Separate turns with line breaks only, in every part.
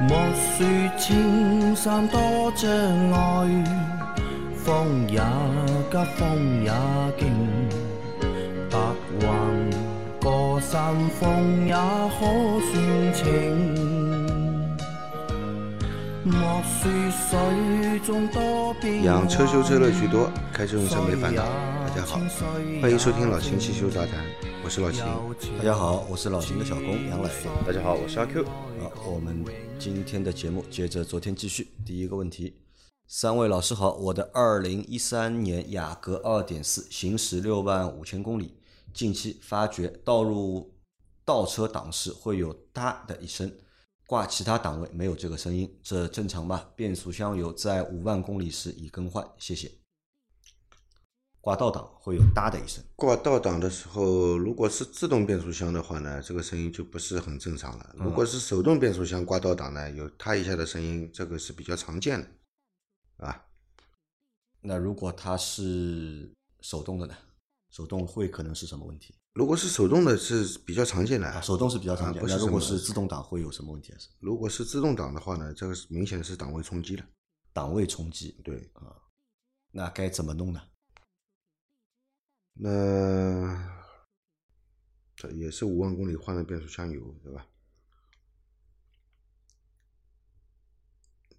莫说青山多障礙，風也急，風也勁。白雲過山峰也可算情。莫說水中多變幻。
养车修车乐趣多，开车用车没烦恼。大家好，欢迎收听老秦汽修杂谈，我是老秦。
大家好，我是老秦的小工杨磊。
大家好，我是阿 Q。
好，我们今天的节目接着昨天继续。第一个问题，三位老师好，我的二零一三年雅阁二点四行驶六万五千公里，近期发觉倒入倒车档时会有哒的一声，挂其他档位没有这个声音，这正常吧？变速箱油在五万公里时已更换，谢谢。挂倒档会有哒的一声，
挂倒档的时候，如果是自动变速箱的话呢，这个声音就不是很正常了。如果是手动变速箱挂倒档呢，有它一下的声音，这个是比较常见的，啊，
那如果它是手动的呢？手动会可能是什么问题？
如果是手动的是比较常见的
啊，，手动是比较常
啊
见。
不是
那如果
什么
是自动挡会有什么问题啊？是
如果是自动挡的话呢，这个是明显是档位冲击了。
档位冲击，
对，
那该怎么弄呢？
那这也是五万公里换了变速箱油，对吧？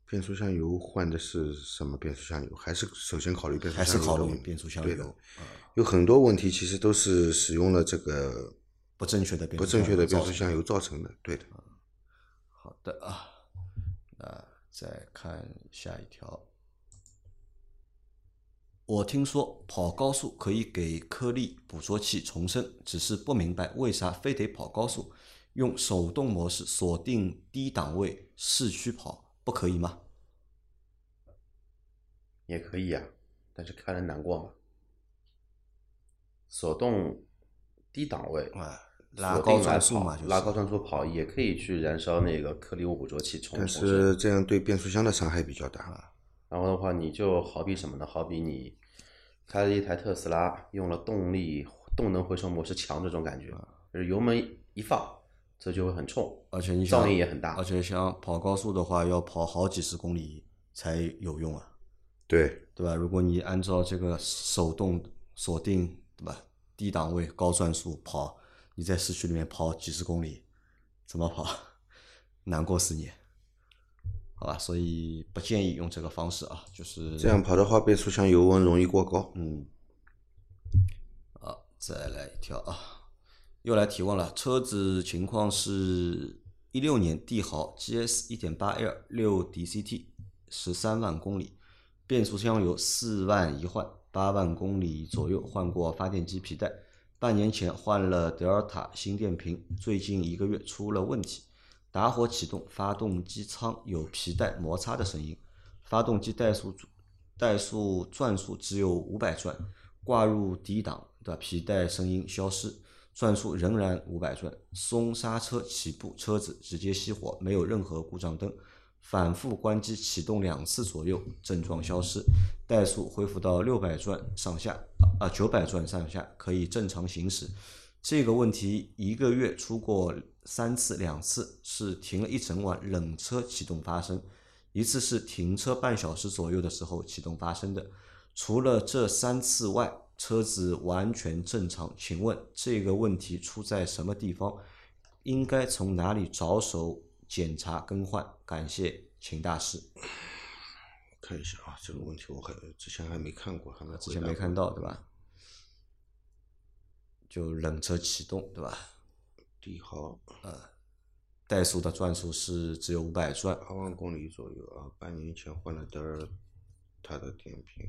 变速箱油换的是什么变速箱油？还是首先考虑变速
还
箱
是
油的
考
问
虑
题
变速箱
对的
油啊
有很多问题其实都是使用了这个
不正确的变
不
速箱
正确的变
造
速
成
箱油造成的。对的，
嗯好的啊，那再看下一条。我听说跑高速可以给颗粒捕捉器重生，只是不明白为啥非得跑高速，用手动模式锁定低档位市区跑不可以吗？
也可以啊，但是看人难过嘛。手动低档位，
啊，拉
锁
高
定来
转速
跑
嘛，就是
拉高转速跑也可以去燃烧那个颗粒物捕捉器重
但
重生
是这样对变速箱的伤害比较
嗯
大。
然后的话，你就好比什么呢？好比你开了一台特斯拉，用了动力动能回收模式强这种感
啊
觉，就是油门一放，车就会很冲，
而且你
噪
想哦
音也很大
而。且像跑高速的话，要跑好几十公里才有用啊，
对，
对吧？如果你按照这个手动锁定，对吧？低档位高转速跑，你在市区里面跑几十公里，怎么跑？难过死你，好吧？所以不建议用这个方式啊，就是
这样跑的话，变速箱油温容易过高。
嗯，好，再来一条啊，又来提问了。车子情况是一六年帝豪 GS 一点八 L 六 DCT 十三万公里，变速箱油四万一换，八万公里左右换过发电机皮带，半年前换了德尔塔新电瓶，最近一个月出了问题，打火启动，发动机舱有皮带摩擦的声音，发动机怠速怠速转速只有五百转，挂入 D 档的皮带声音消失，转速仍然五百转，松刹车起步，车子直接熄火，没有任何故障灯。反复关机启动两次左右，症状消失，怠速恢复到六百转上下，啊九百转上下可以正常行驶。这个问题一个月出过三次，两次是停了一整晚，冷车启动发生，一次是停车半小时左右的时候启动发生的。除了这三次外，车子完全正常。请问这个问题出在什么地方？应该从哪里着手检查更换？感谢秦大师。
看一下啊，这个问题我还之前还没看过，还没
之
回
前
答
没
过
看到对吧？就冷车启动对吧？
帝豪
怠速的转速是只有五百转，
八万公里左右啊，半年前换了德尔塔的电瓶。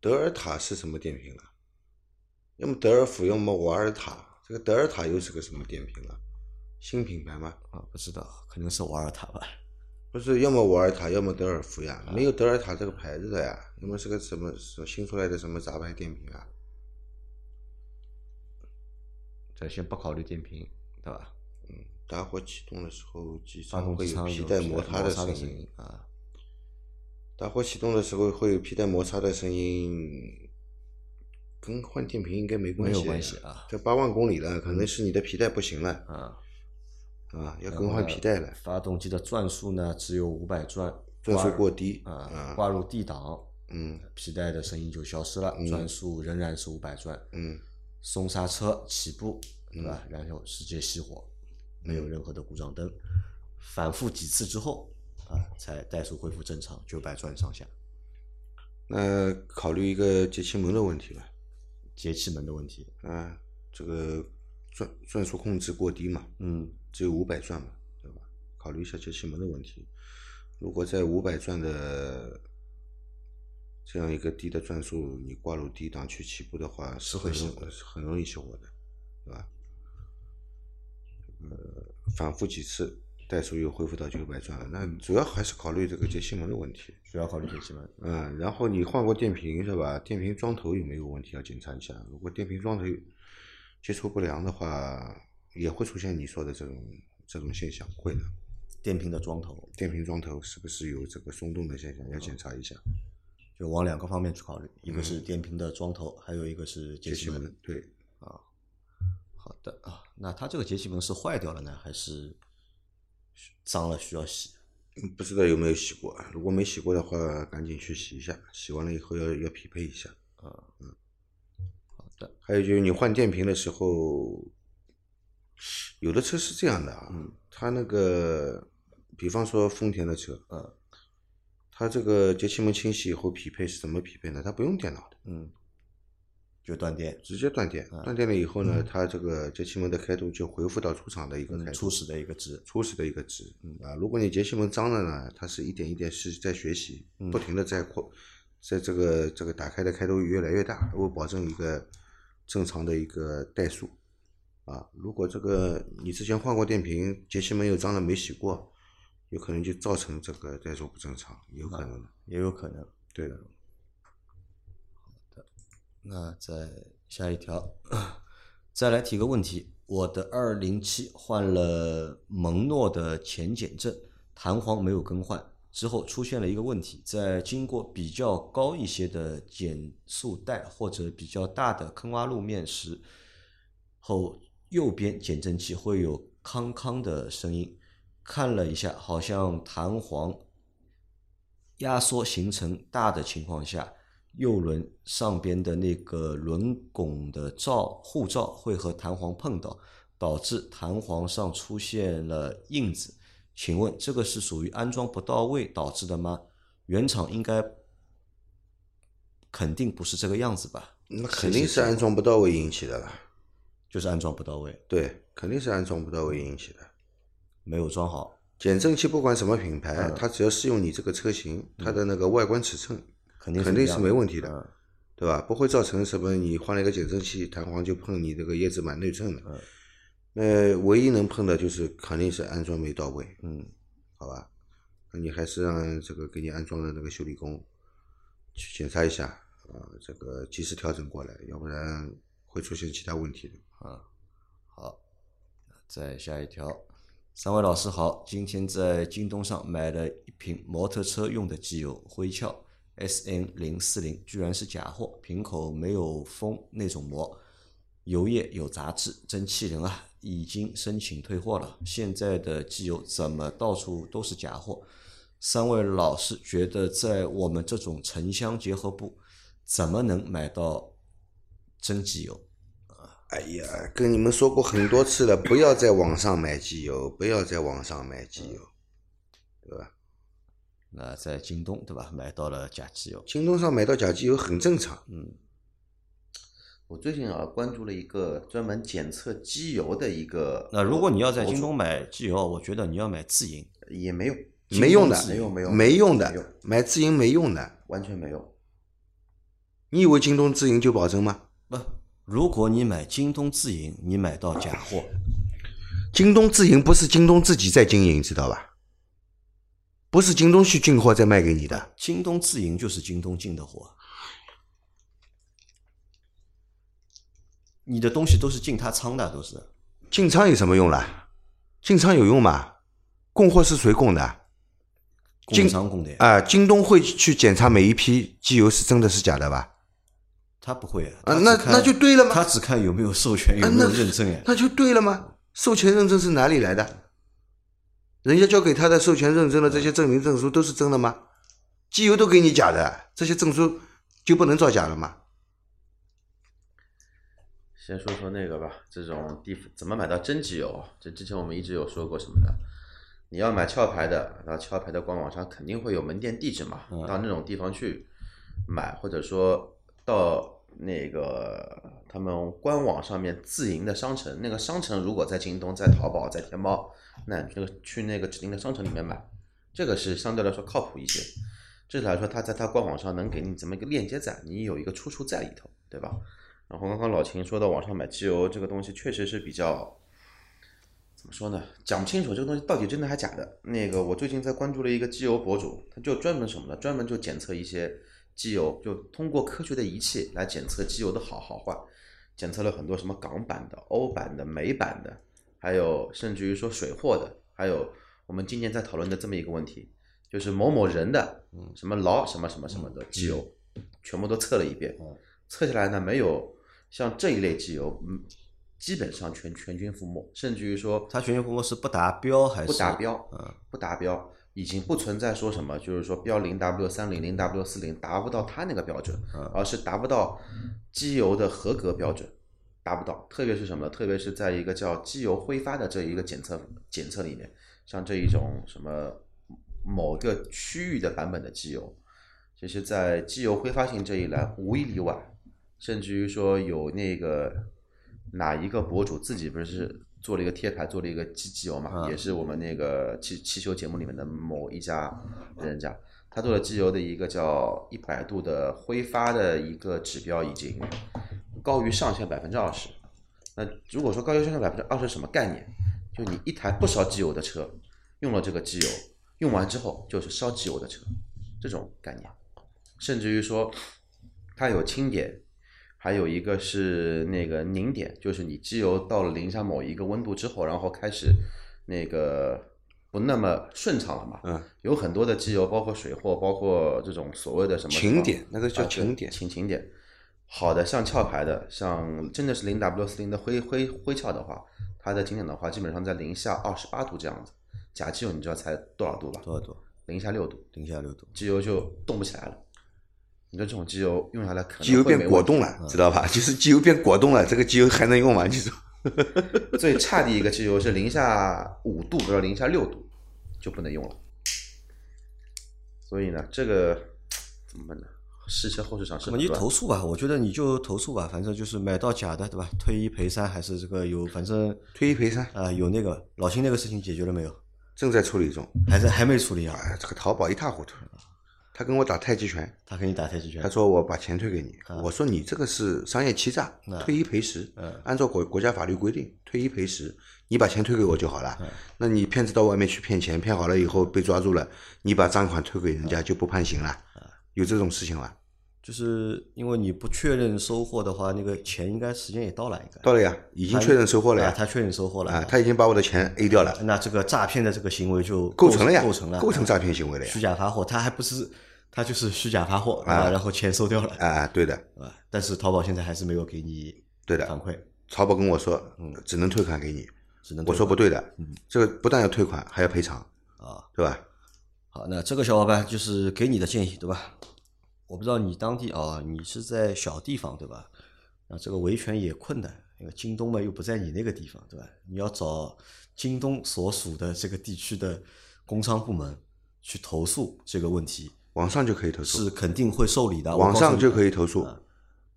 德尔塔是什么电瓶啊？要么德尔福，要么瓦尔塔。这个德尔塔又是个什么电瓶啊？新品牌吗？
啊，不知道，可能是瓦尔塔吧。
不是，要么瓦尔塔，要么德尔福呀，没有德尔塔这个牌子的呀，要么是个什么什么新出来的什么杂牌电瓶啊？
这先不考虑电瓶，对吧？
打火启动的时候，机
发
舱
动
会
机
有
舱
皮
有
带
摩
摩擦的
的
声音
音。啊。
打火启动的时候会有皮带摩擦的声音，跟换电瓶应该没
没
关系，
有关系啊。
这八万公里了，可能是你的皮带不行了
啊，
啊，要
呃
更换皮带了，
发动机的转速呢只有五百转，
转速
挂
过低
啊，
啊，
挂入 D 档，
嗯
皮带的声音就消失了，转速仍然是五百转，
嗯
松刹车起步，对吧？然后直接熄火，没
嗯
有任何的故障灯，反复几次之后啊，才怠速恢复正常，九百转上下。
那考虑一个节气门的问题吧，
节气门的问题，
啊，这个转转速控制过低嘛，
嗯，
只有五百转嘛，对吧？考虑一下节气门的问题。如果在五百转的这样一个低的转速，你挂入低档去起步的话，是
会
很
熄
容
火的
很容易熄火的，对吧？呃，反复几次，怠速又恢复到九百转了。那主要还是考虑这个节气门的问题。
需要考虑节气门。
嗯，然后你换过电瓶是吧？电瓶装头有没有问题要检查一下。如果电瓶装头接触不良的话，也会出现你说的这种这种现象，会的。
电瓶的装头，
电瓶装头是不是有这个松动的现象？要检查一下。
就往两个方面去考虑，一个是电瓶的装头，还有一个是节
嗯节
气
气
门
门。对，
好的啊，那它这个节气门是坏掉了呢，还是脏了需要洗？
嗯不知道有没有洗过。啊如果没洗过的话，赶紧去洗一下。洗完了以后要要匹配一下。
啊
嗯
好的，
还有就是你换电瓶的时候，有的车是这样的啊，
嗯
它那个，比方说丰田的车，
嗯，
它这个节气门清洗以后匹配是怎么匹配呢？它不用电脑的，
嗯，就断电，啊
直接断电，断电了以后呢，它这个节气门的开度就恢复到出厂的一个开
嗯，
度，
初始的一个值，
初始的一个值啊。如果你节气门脏了呢，它是一点一点是在学习，
嗯
不停的在扩，在这个这个打开的开度越来越大，会保证一个正常的一个怠速啊。如果这个你之前换过电瓶，节气门又脏了没洗过，有可能就造成这个怠速不正常，有可能的。
啊也有可能。
对的，
那再下一条， 再来提个问题：我的二零七换了蒙诺的前减震，弹簧没有更换，之后出现了一个问题，在经过比较高一些的减速带或者比较大的坑洼路面时，后右边减震器会有康康的声音。看了一下，好像弹簧压缩形成大的情况下，右轮上边的那个轮拱的罩护罩会和弹簧碰到，导致弹簧上出现了印子。请问这个是属于安装不到位导致的吗？原厂应该肯定不是这个样子吧？
那肯定是安装不到位引起的了。
就是安装不到位，
对，肯定是安装不到位引起的。
没有装好，
减震器不管什么品牌，
嗯
它只要适用你这个车型，它的那个外观尺寸
肯定
肯定是没问题
的。嗯
的，对吧？不会造成什么你换了一个减震器，弹簧就碰你这个叶子板内衬了。
嗯
那唯一能碰的就是肯定是安装没到位，
嗯，
好吧？那你还是让这个给你安装的那个修理工去检查一下啊，这个及时调整过来，要不然会出现其他问题的。
好，再下一条。三位老师好，今天在京东上买了一瓶摩托车用的机油灰壳 SN 零四零，居然是假货，瓶口没有封那种膜，油液有杂质，真气人啊！已经申请退货了。现在的机油怎么到处都是假货？三位老师觉得在我们这种城乡结合部，怎么能买到真机油？
哎呀，跟你们说过很多次了，不要在网上买机油， 不要在网上买机油。
那在京东对吧买到了假机油，嗯
京东上买到假机油很正常，
我最近啊关注了一个专门检测机油的一个，
那如果你要在京东买机油，我觉得你要买自营，
也没用，
没用的，
没用没用
没用
没用
的，买自营没用的。
完全没用。
你以为京东自营就保证吗？
不，如果你买京东自营，你买到假货，
京东自营不是京东自己在经营，知道吧？不是京东去进货再卖给你的。
京东自营就是京东进的货，你的东西都是进他仓的，都是
进仓有什么用啦？进仓有用吗？供货是谁供的？啊、
供应商供的呀，
京东会去检查每一批机油是真的是假的吧？
他不会
啊
他只
那
看
那就对了嘛
他只看有没有授权，有
啊
没有
那
认证哎。
那就对了嘛。授权认证是哪里来的？人家交给他的授权认证的这些证明证书都是真的吗？机油都给你假的，这些证书就不能造假了嘛？
先说说那个吧，这种地怎么买到真机油？啊这之前我们一直有说过什么的。你要买壳牌的，那壳牌的官网上肯定会有门店地址嘛，到那种地方去买，或者说到那个他们官网上面自营的商城，那个商城如果在京东、在淘宝、在天猫，那你这个去那个指定的商城里面买，这个是相对来说靠谱一些。至少来说，他在他官网上能给你这么一个链接在，你有一个出处在里头，对吧？然后刚刚老秦说到网上买机油这个东西，确实是比较怎么说呢？讲不清楚这个东西到底真的还假的。那个我最近在关注了一个机油博主，他就专门什么呢？专门就检测一些机油，就通过科学的仪器来检测机油的好好坏，检测了很多什么港版的、欧版的、美版的，还有甚至于说水货的，还有我们今年在讨论的这么一个问题，就是某某人的什么劳什么什么什么的机油，全部都测了一遍。测下来呢，没有像这一类机油，嗯，基本上全全军覆没，甚至于说
他全球公告是不达标还是
不达？标，
嗯，
不达标，已经不存在说什么，就是说标零 W 三零零 W 四零达不到它那个标准，
嗯
而是达不到机油的合格标准，达不到。特别是什么呢？特别是在一个叫机油挥发的这一个检测检测里面，像这一种什么某个区域的版本的机油，就是在机油挥发性这一栏无一例外，甚至于说有那个哪一个博主自己不是做了一个贴牌，做了一个机机油嘛，也是我们那个汽汽修节目里面的某一家人家，他做了机油的一个叫一百度的挥发的一个指标已经高于上限百分之二十。那如果说高于上限百分之二十什么概念？就你一台不烧机油的车，用了这个机油，用完之后就是烧机油的车，这种概念。甚至于说，它有清点，还有一个是那个凝点，就是你机油到了零下某一个温度之后，然后开始那个不那么顺畅了嘛。
嗯。
有很多的机油，包括水货，包括这种所谓的什么
勤点那个叫勤
勤
点
啊
勤勤点。好的，像壳牌的，像真的是零 W 四零的灰灰灰壳的话，它的经典的话，基本上在零下二十八度这样子。假机油你知道才多少度吧？
多少度？
零下六度，
零下六度。
机油就动不起来了。你说这种机油用下来可能
机油
会
变
没
果
问题
冻
嗯
了，知道吧？ 就是机油变果冻了，这个机油还能用吗？你说
最差的一个机油是零下五度到零下六度就不能用了。所以呢，这个怎么办呢？试车后市场是
那么
很
你
乱
投诉吧，我觉得你就投诉吧，反正就是买到假的，对吧？退一赔三还是这个有，反正
退一赔三，
啊、有那个老秦那个事情解决了没有？
正在处理中。
还在还没处理啊？
哎，这个淘宝一塌糊涂。他跟我打太极拳，
他给你打太极拳
他，说我把钱退给你，
啊
我说你这个是商业欺诈，退一赔十。
嗯
按照国国家法律规定，退一赔十，你把钱退给我就好了。
嗯
那你骗子到外面去骗钱，骗好了以后被抓住了，你把赃款退给人家
嗯
就不判刑了，有这种事情吗？
就是因为你不确认收货的话，那个钱应该时间也到了，应该
到了呀，已经确认收获了
啊，
呀，
他确认收货了
啊，他已经把我的钱 A 掉了，
那这个诈骗的这个行为就
构成了呀，
构成了啊嗯
构成诈骗行为了呀
虚。假发货，他还不是他就是虚假发货
啊
啊，然后钱收掉了
啊，对的，
啊，但是淘宝现在还是没有给你
对
反
的。
馈，
淘宝跟我说，只能退款给你，
只嗯能嗯
我说不对的，这个不但要退款，还要赔偿，
啊。
对吧？
好，那这个小伙伴就是给你的建议对吧？我不知道你当地啊，你是在小地方对吧？那这个维权也困难，因为京东嘛又不在你那个地方对吧？你要找京东所属的这个地区的工商部门去投诉这个问题，
网上就可以投诉，
是肯定会受理的。
网上就
以
可以投诉，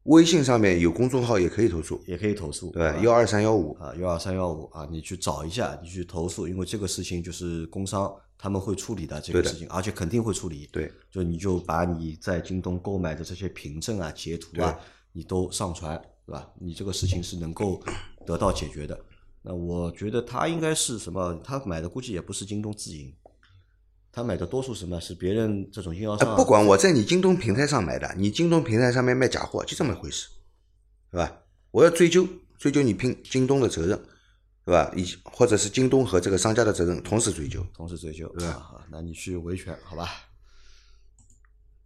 微信上面有公众号也可以投诉，
也可以投诉，
对
吧
吧？幺二三幺五，
啊，幺二三幺五啊，你去找一下，你去投诉，因为这个事情就是工商他们会处理的这个
对的
事情，而且肯定会处理。，
对
就你就把你在京东购买的这些凭证啊、截图啊
对，
你都上传，对吧？你这个事情是能够得到解决的。那我觉得他应该是什么？他买的估计也不是京东自营，他买的多数什么是别人这种经销
哎
商啊、
不管我在你京东平台上买的，你京东平台上面卖假货，就这么回事，对吧？我要追究追究你拼京东的责任，对吧？以或者是京东和这个商家的责任同时追究。
同时追究啊。啊那你去维权好吧？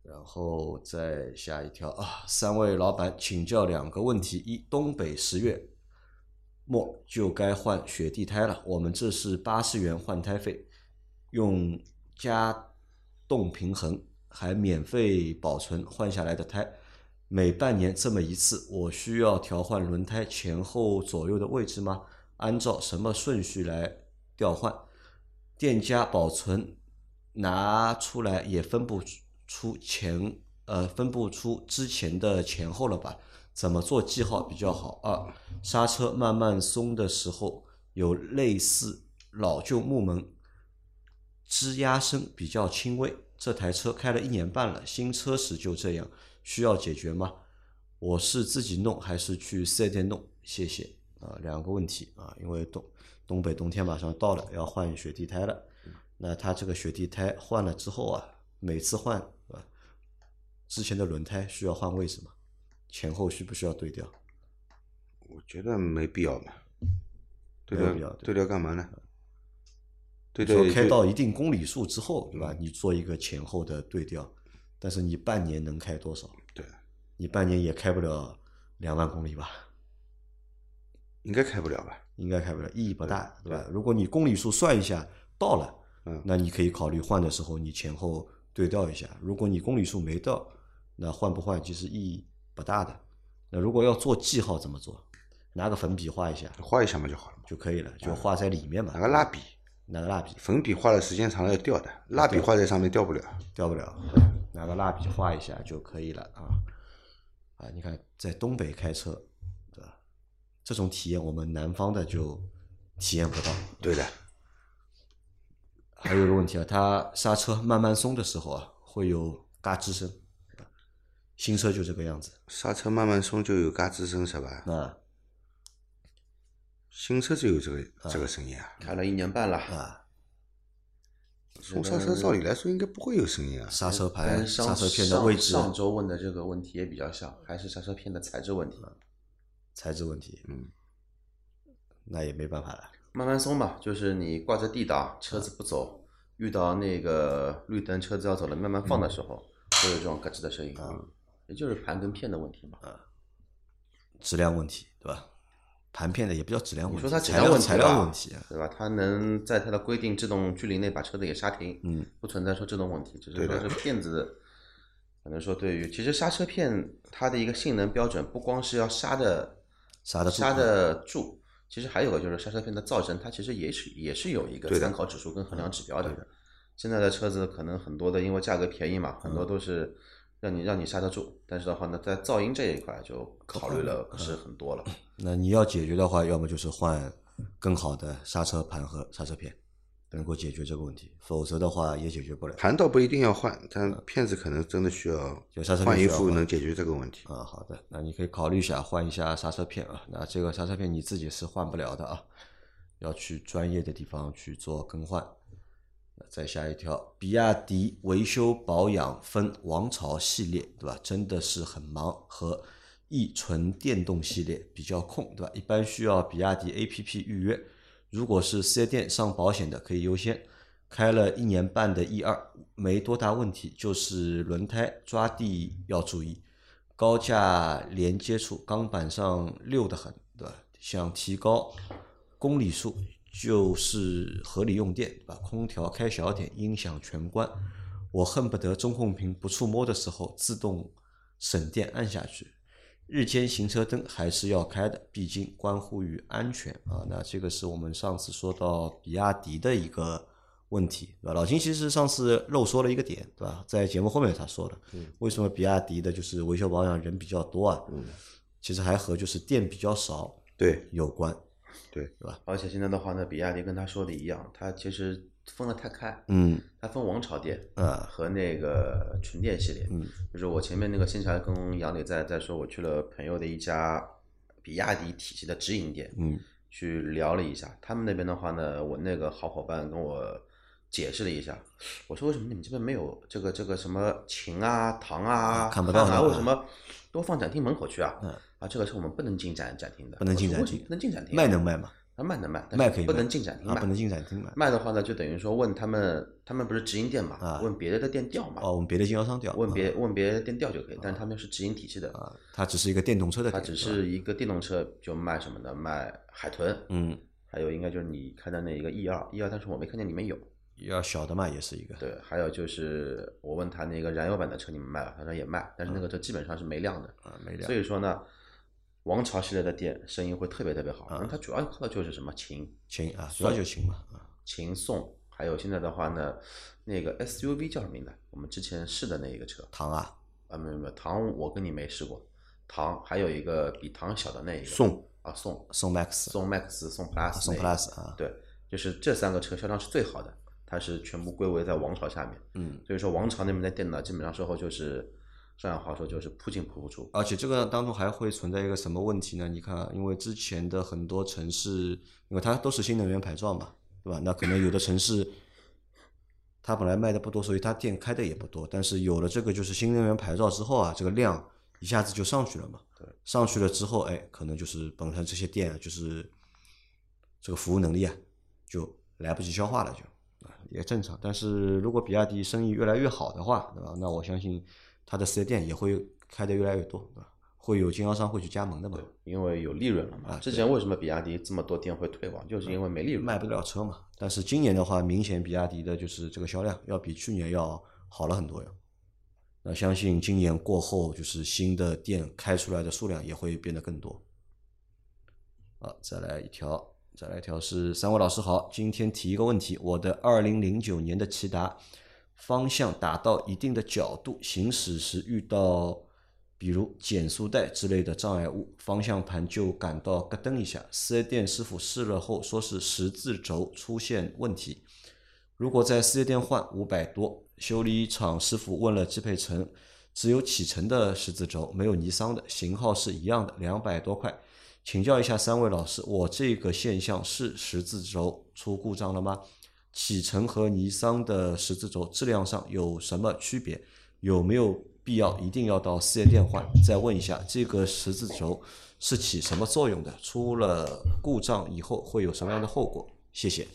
然后再下一条啊，三位老板请教两个问题：一，东北十月末就该换雪地胎了，我们这是八十元换胎费，用加动平衡还免费保存换下来的胎，每半年这么一次，我需要调换轮胎前后左右的位置吗？按照什么顺序来调换？店家保存拿出来也分不出前呃分不出之前的前后了吧？怎么做记号比较好？二刹车慢慢松的时候，有类似老旧木门吱呀声比较轻微。这台车开了一年半了，新车时就这样，需要解决吗？我是自己弄还是去四 S 店弄？谢谢啊、两个问题啊，因为东东北冬天马上到了，要换雪地胎了。那它这个雪地胎换了之后啊，每次换啊，之前的轮胎需要换位置吗？前后需不需要对调？
我觉得没必要吧。对
没有必要
调
对
对调干嘛呢？对调
说
也
开
就
到一定公里数之后，对吧？你做一个前后的对调，但是你半年能开多少？
对，
你半年也开不了两万公里吧？
应该开不了吧？
应该开不了，意义不大，对吧？如果你公里数算一下到了，
嗯
那你可以考虑换的时候你前后对调一下。如果你公里数没到，那换不换其实意义不大的。那如果要做记号怎么做？拿个粉笔画一下
画一下嘛就好了嘛。
就可以了，就画在里面嘛。
嗯拿个蜡笔，
拿个蜡笔
粉笔画的时间长了要掉的，蜡笔画在上面掉不了。
掉不了，拿个蜡笔画一下就可以了啊。啊，你看在东北开车，对吧？这种体验我们南方的就体验不到。
对的，
还有一个问题啊，它刹车慢慢松的时候啊，会有嘎吱声。新车就这个样子，
刹车慢慢松就有嘎吱声是吧？
啊
新车就有这个这个声音啊。
开了一年半了，
啊，
冲刹车照理来说应该不会有声音啊。
刹车盘、
跟上
刹车片的位置、啊
上上周问的这个问题也比较像，还是刹车片的材质问题。
嗯材质问题，
嗯，
那也没办法了。
慢慢松吧，就是你挂着 D 档，车子不走，遇到那个绿灯，车子要走了，慢慢
嗯
放的时候，会有这种咯吱的声音。也就是盘跟片的问题嘛。
质量问题，对吧？盘片的也不叫质量问
你
题，
说它质
材
量
料
问题
材料
吧
问题啊，
对吧？它能在它的规定制动距离内把车子给刹停，
嗯，
不存在说制动问题，只是
对
说
的
这片子，可能说对于其实刹车片它的一个性能标准，不光是要刹的
刹得住
刹得住，其实还有个就是刹车片的噪声，它其实也是也是有一个
对的
参考指数跟衡量指标的。现在的车子可能很多的，因为价格便宜嘛，很多都是让你让你刹得住，但是的话呢，在噪音这一块就考虑了不是很多了。
那你要解决的话，要么就是换更好的刹车盘和刹车片，能够解决这个问题，否则的话也解决不了。
盘倒不一定要换，但片子可能真的需要
就刹车片
换一
需要
副
换
能解决这个问题。
啊，好的，那你可以考虑一下换一下刹车片啊。那这个刹车片你自己是换不了的啊，要去专业的地方去做更换。那再下一条，比亚迪维修保养分王朝系列，对吧？真的是很忙，和e 纯电动系列比较空，对吧？一般需要比亚迪 APP 预约，如果是四 S 店上保险的可以优先。开了一年半的 E 二没多大问题，就是轮胎抓地要注意，高架连接处钢板上溜得很，对吧？想提高公里数，就是合理用电，把空调开小点，音响全关。我恨不得中控屏不触摸的时候自动省电按下去。日间行车灯还是要开的，毕竟关乎于安全啊。那这个是我们上次说到比亚迪的一个问题，对吧？老金其实上次漏说了一个点，对吧？在节目后面他说了，
嗯
为什么比亚迪的就是维修保养人比较多啊？其实还和就是店比较少
对，
有关。
而且现在的话呢，比亚迪跟他说的一样，它其实分得太开，
嗯
它分王朝店
啊
和那个纯电系列。嗯，就是我前面那个线下跟杨磊在在说，我去了朋友的一家比亚迪体系的直营店，
嗯
去聊了一下。他们那边的话呢，我那个好伙伴跟我解释了一下，我说为什么你们这边没有这个这个什么琴啊、糖啊、
看不到
汉啊，
的
为什么都放展厅门口去啊？
嗯
啊，这个是我们不能进展展厅的，
不能进
我说
展
为
厅
什么不能进展厅啊，
卖能卖吗？
啊那卖能卖，但是
卖可以
不能进展
啊，
卖
不能进展厅卖。
卖的话呢，就等于说问他们，他们不是直营店嘛，
啊
问别的店调嘛，
哦，我们别的经销商调，
问
啊
别问别的店调就可以，但他们是直营体系的，
啊，它只是一个电动车的
它
店，
只
吧
是一个电动车就卖什么呢？卖海豚，
嗯，
还有应该就是你看到那一个 E 二 E 二，但是我没看见里面有。
要小的嘛，也是一个，
对，还有就是我问他那个燃油版的车你们卖了，他说也卖，但是那个车基本上是没量的，
啊，嗯没量
所。以说呢，王朝系列的店生意会特别特别好，因为
啊
它主要靠的就是什么秦
秦啊，主要就是秦嘛，啊，
秦宋，还有现在的话呢，那个 SUV 叫什么名字？我们之前试的那一个车，
唐啊，
啊，没有没有，唐我跟你没试过，唐还有一个比唐小的那一个
宋
啊宋
宋 MAX，
宋 MAX 宋
啊
Plus
宋
那一个
Plus 啊，
对，就是这三个车销量是最好的，它是全部归为在王朝下面。
嗯，
所以说王朝那边的电脑基本上售后就是，上海话说就是铺进铺不出。
而且这个当中还会存在一个什么问题呢？你看啊，因为之前的很多城市，因为它都是新能源牌照嘛，对吧？那可能有的城市，它本来卖的不多，所以它店开的也不多。但是有了这个就是新能源牌照之后啊，这个量一下子就上去了嘛。
对。
上去了之后，哎，可能就是本身这些店啊就是这个服务能力啊，就来不及消化了就，啊也正常。但是如果比亚迪生意越来越好的话，对吧？那我相信它的四 S 店也会开的越来越多，对吧？会有经销商会去加盟的嘛
对，，因为有利润了嘛。
啊
之前为什么比亚迪这么多店会退网，就是因为没利润。
卖不了车嘛。但是今年的话，明显比亚迪的就是这个销量要比去年要好了很多呀。那相信今年过后，就是新的店开出来的数量也会变得更多。啊，再来一条，再来一条是三位老师好，今天提一个问题，我的二零零九年的骐达方向达到一定的角度行驶时遇到。比如减速带之类的障碍物，方向盘就感到咯噔一下。四 S 店师傅试了后说是十字轴出现问题，如果在四 S 店换五百多，修理厂师傅问了季配城，只有启辰的十字轴，没有尼桑的，型号是一样的，两百多块。请教一下三位老师，我这个现象是十字轴出故障了吗？启辰和尼桑的十字轴质量上有什么区别？有没有必要一定要到四 S 店换？再问一下，这个十字轴是起什么作用的？出了故障以后会有什么样的后果？谢谢。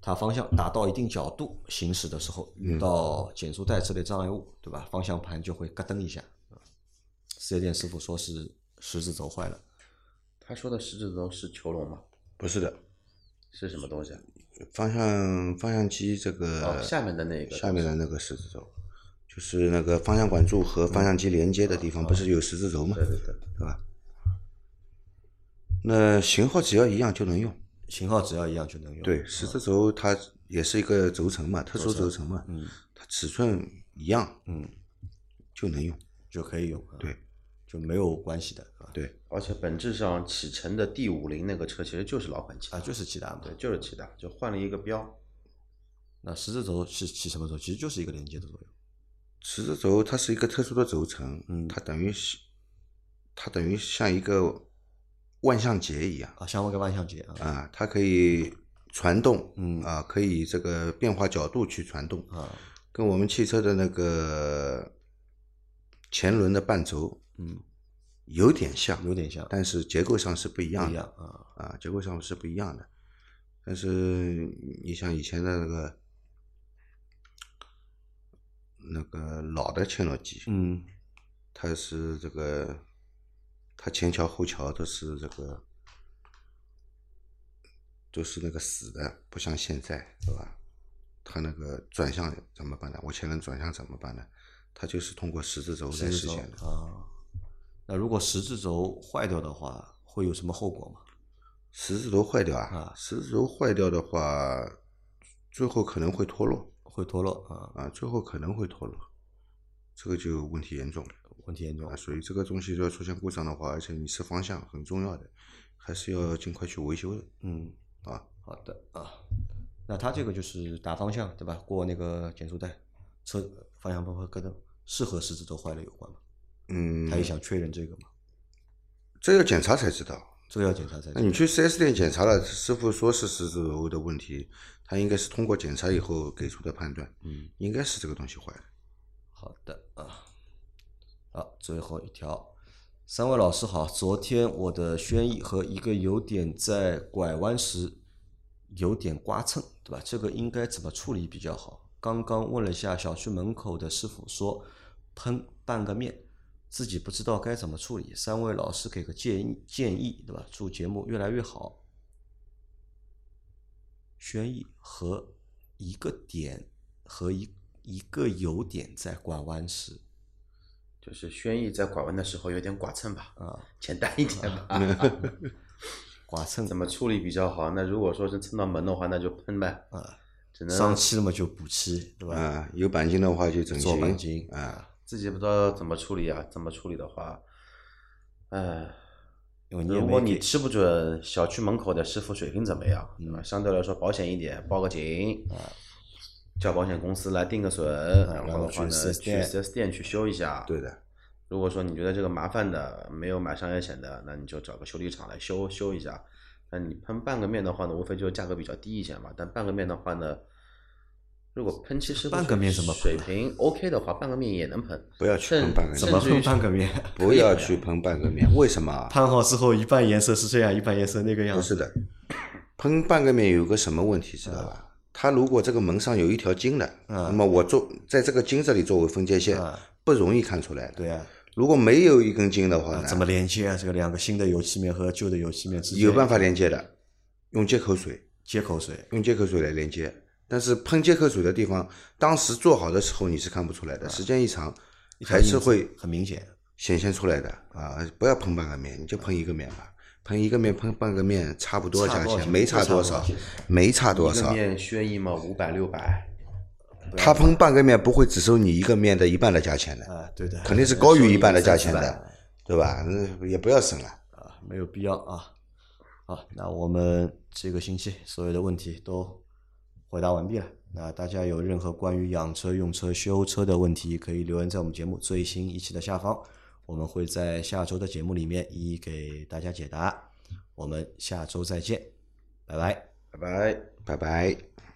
它方向达到一定角度行驶的时候，遇到减速带之类障碍物，对吧？方向盘就会咯噔一下。四 S 店师傅说是十字轴坏了，
他说的十字轴是囚笼吗？
不是的，
是什么东西啊？
方向方向机这个、
哦，下面的那个
下面的那个十字轴，就是那个方向管柱和方向机连接的地方，不是有十字轴吗？
对对对，
对吧？那型号只要一样就能用。
型号只要一样就能用。啊
对，十字轴它也是一个轴承嘛，特殊轴承嘛，
嗯，
它尺寸一样，
嗯，
就能用。
就可以用。啊
对，
就没有关系的，啊是吧？
对，
而且本质上启辰的 D 五零那个车其实就是老款骐达
啊，就是骐达嘛。
对，就是骐达，就换了一个标。
那十字轴是起什么轴？其实就是一个连接的作用。
十字轴它是一个特殊的轴承，
嗯
它等于是它等于像一个万向节一样
啊，像那个万向节啊，
啊，它可以传动，
嗯
啊，可以这个变化角度去传动，
啊，
跟我们汽车的那个前轮的半轴
嗯，
有点像，
有点像，
但是结构上是不一
不
样
一
的
样啊，
啊，结构上是不一样的。但是你像以前的那个那个老的切诺基，
嗯，
它是这个，它前桥后桥都是这个，都是那个死的，不像现在，对吧？它那个转向怎么办呢？我前轮转向怎么办呢？它就是通过十字轴来
十字
实
轴
现的。
啊。那如果十字轴坏掉的话，会有什么后果吗？
十字轴坏掉
啊
啊，十字轴坏掉的话，最后可能会脱落
会脱落啊，
啊，最后可能会脱落，这个就问题严重了。
问题严重
啊，。所以这个东西要出现故障的话，而且你是方向很重要的，还是要尽快去维修的
嗯，
啊。
好的啊。那它这个就是打方向对吧？过那个减速带，车方向盘会咯噔，是和十字轴坏了有关吗？
嗯
他，也想确认这个嘛，
这要检查才知道。
这个要检查才
那
知道
你去 4S 店检查了，师傅说是十字轴的问题，他应该是通过检查以后给出的判断，
嗯，
应该是这个东西坏了。
好的啊，好，最后一条，三位老师好，昨天我的轩逸和一个有点在拐弯时有点刮蹭，对吧？这个应该怎么处理比较好？刚刚问了一下小区门口的师傅说喷半个面，自己不知道该怎么处理。三位老师给个建议建议，对吧？祝节目越来越好。轩逸和一个点和一一个有点在拐弯时
就是轩逸在拐弯的时候有点剐蹭吧，
啊，
简单一点 吧。
剐蹭
怎么处理比较好？那如果说是蹭到门的话，那就喷呗，
啊？
只
上
能
漆了嘛就补漆，对吧？
啊，有钣金的话就整
做钣
形，
金啊，
自己不知道怎么处理啊。怎么处理的话，呃唉，
因为你也
如果
没
你
给
吃不准小区门口的师傅水平怎么样，对吧？相对来说保险一点，报个警，叫保险公司来定个损，然
啊然
后
后
的话
去
呢，
4S
去
店
4S 店去修一下。
对的，
如果说你觉得这个麻烦的，没有买商业险的，那你就找个修理厂来修修一下。那你喷半个面的话呢，无非就是价格比较低一些嘛。但半个面的话呢，如果喷漆师傅
半个
水
面怎么
水
喷啊
平 OK 的话，半个面也能喷。
不要去
甚
喷半个面
怎么
甚至
喷
于
半个面？
不要去喷半个面，为什么啊？
判好之后，一半颜色是这样，一半颜色那个样
不
子。
是的，喷半个面有个什么问题，知道
嗯
吧？它如果这个门上有一条筋的，那么我做在这个筋这里作为分界线，
嗯
不容易看出来的。
对啊，
如果没有一根筋的话
那
呢
怎，么连接啊？这个两个新的油漆面和旧的油漆面之间
有办法连接的，用接口水，
接口水
用接口水来连接。但是喷接口水的地方，当时做好的时候你是看不出来
嗯
的，时间一长还是会
很明显。
显现出来的啊！不要喷半个面，你就喷一个面吧。喷一个面，喷半个面，差不多
差
价
多少
钱，
钱
没
不
差
差
多
多
少
少钱，
没差多
一个
少。
面轩逸嘛，五百六百，
他喷半个面不会只收你一个面的一半的价钱的，
啊，对的，
肯定是高于一半的价钱
收益
的，对吧？那也不要省了。
啊，没有必要啊。好，那我们这个星期所有的问题都回答完毕了。那大家有任何关于养车、用车、修车的问题，可以留言在我们节目最新一期的下方，我们会在下周的节目里面一一给大家解答。我们下周再见，拜拜。
拜拜，拜拜。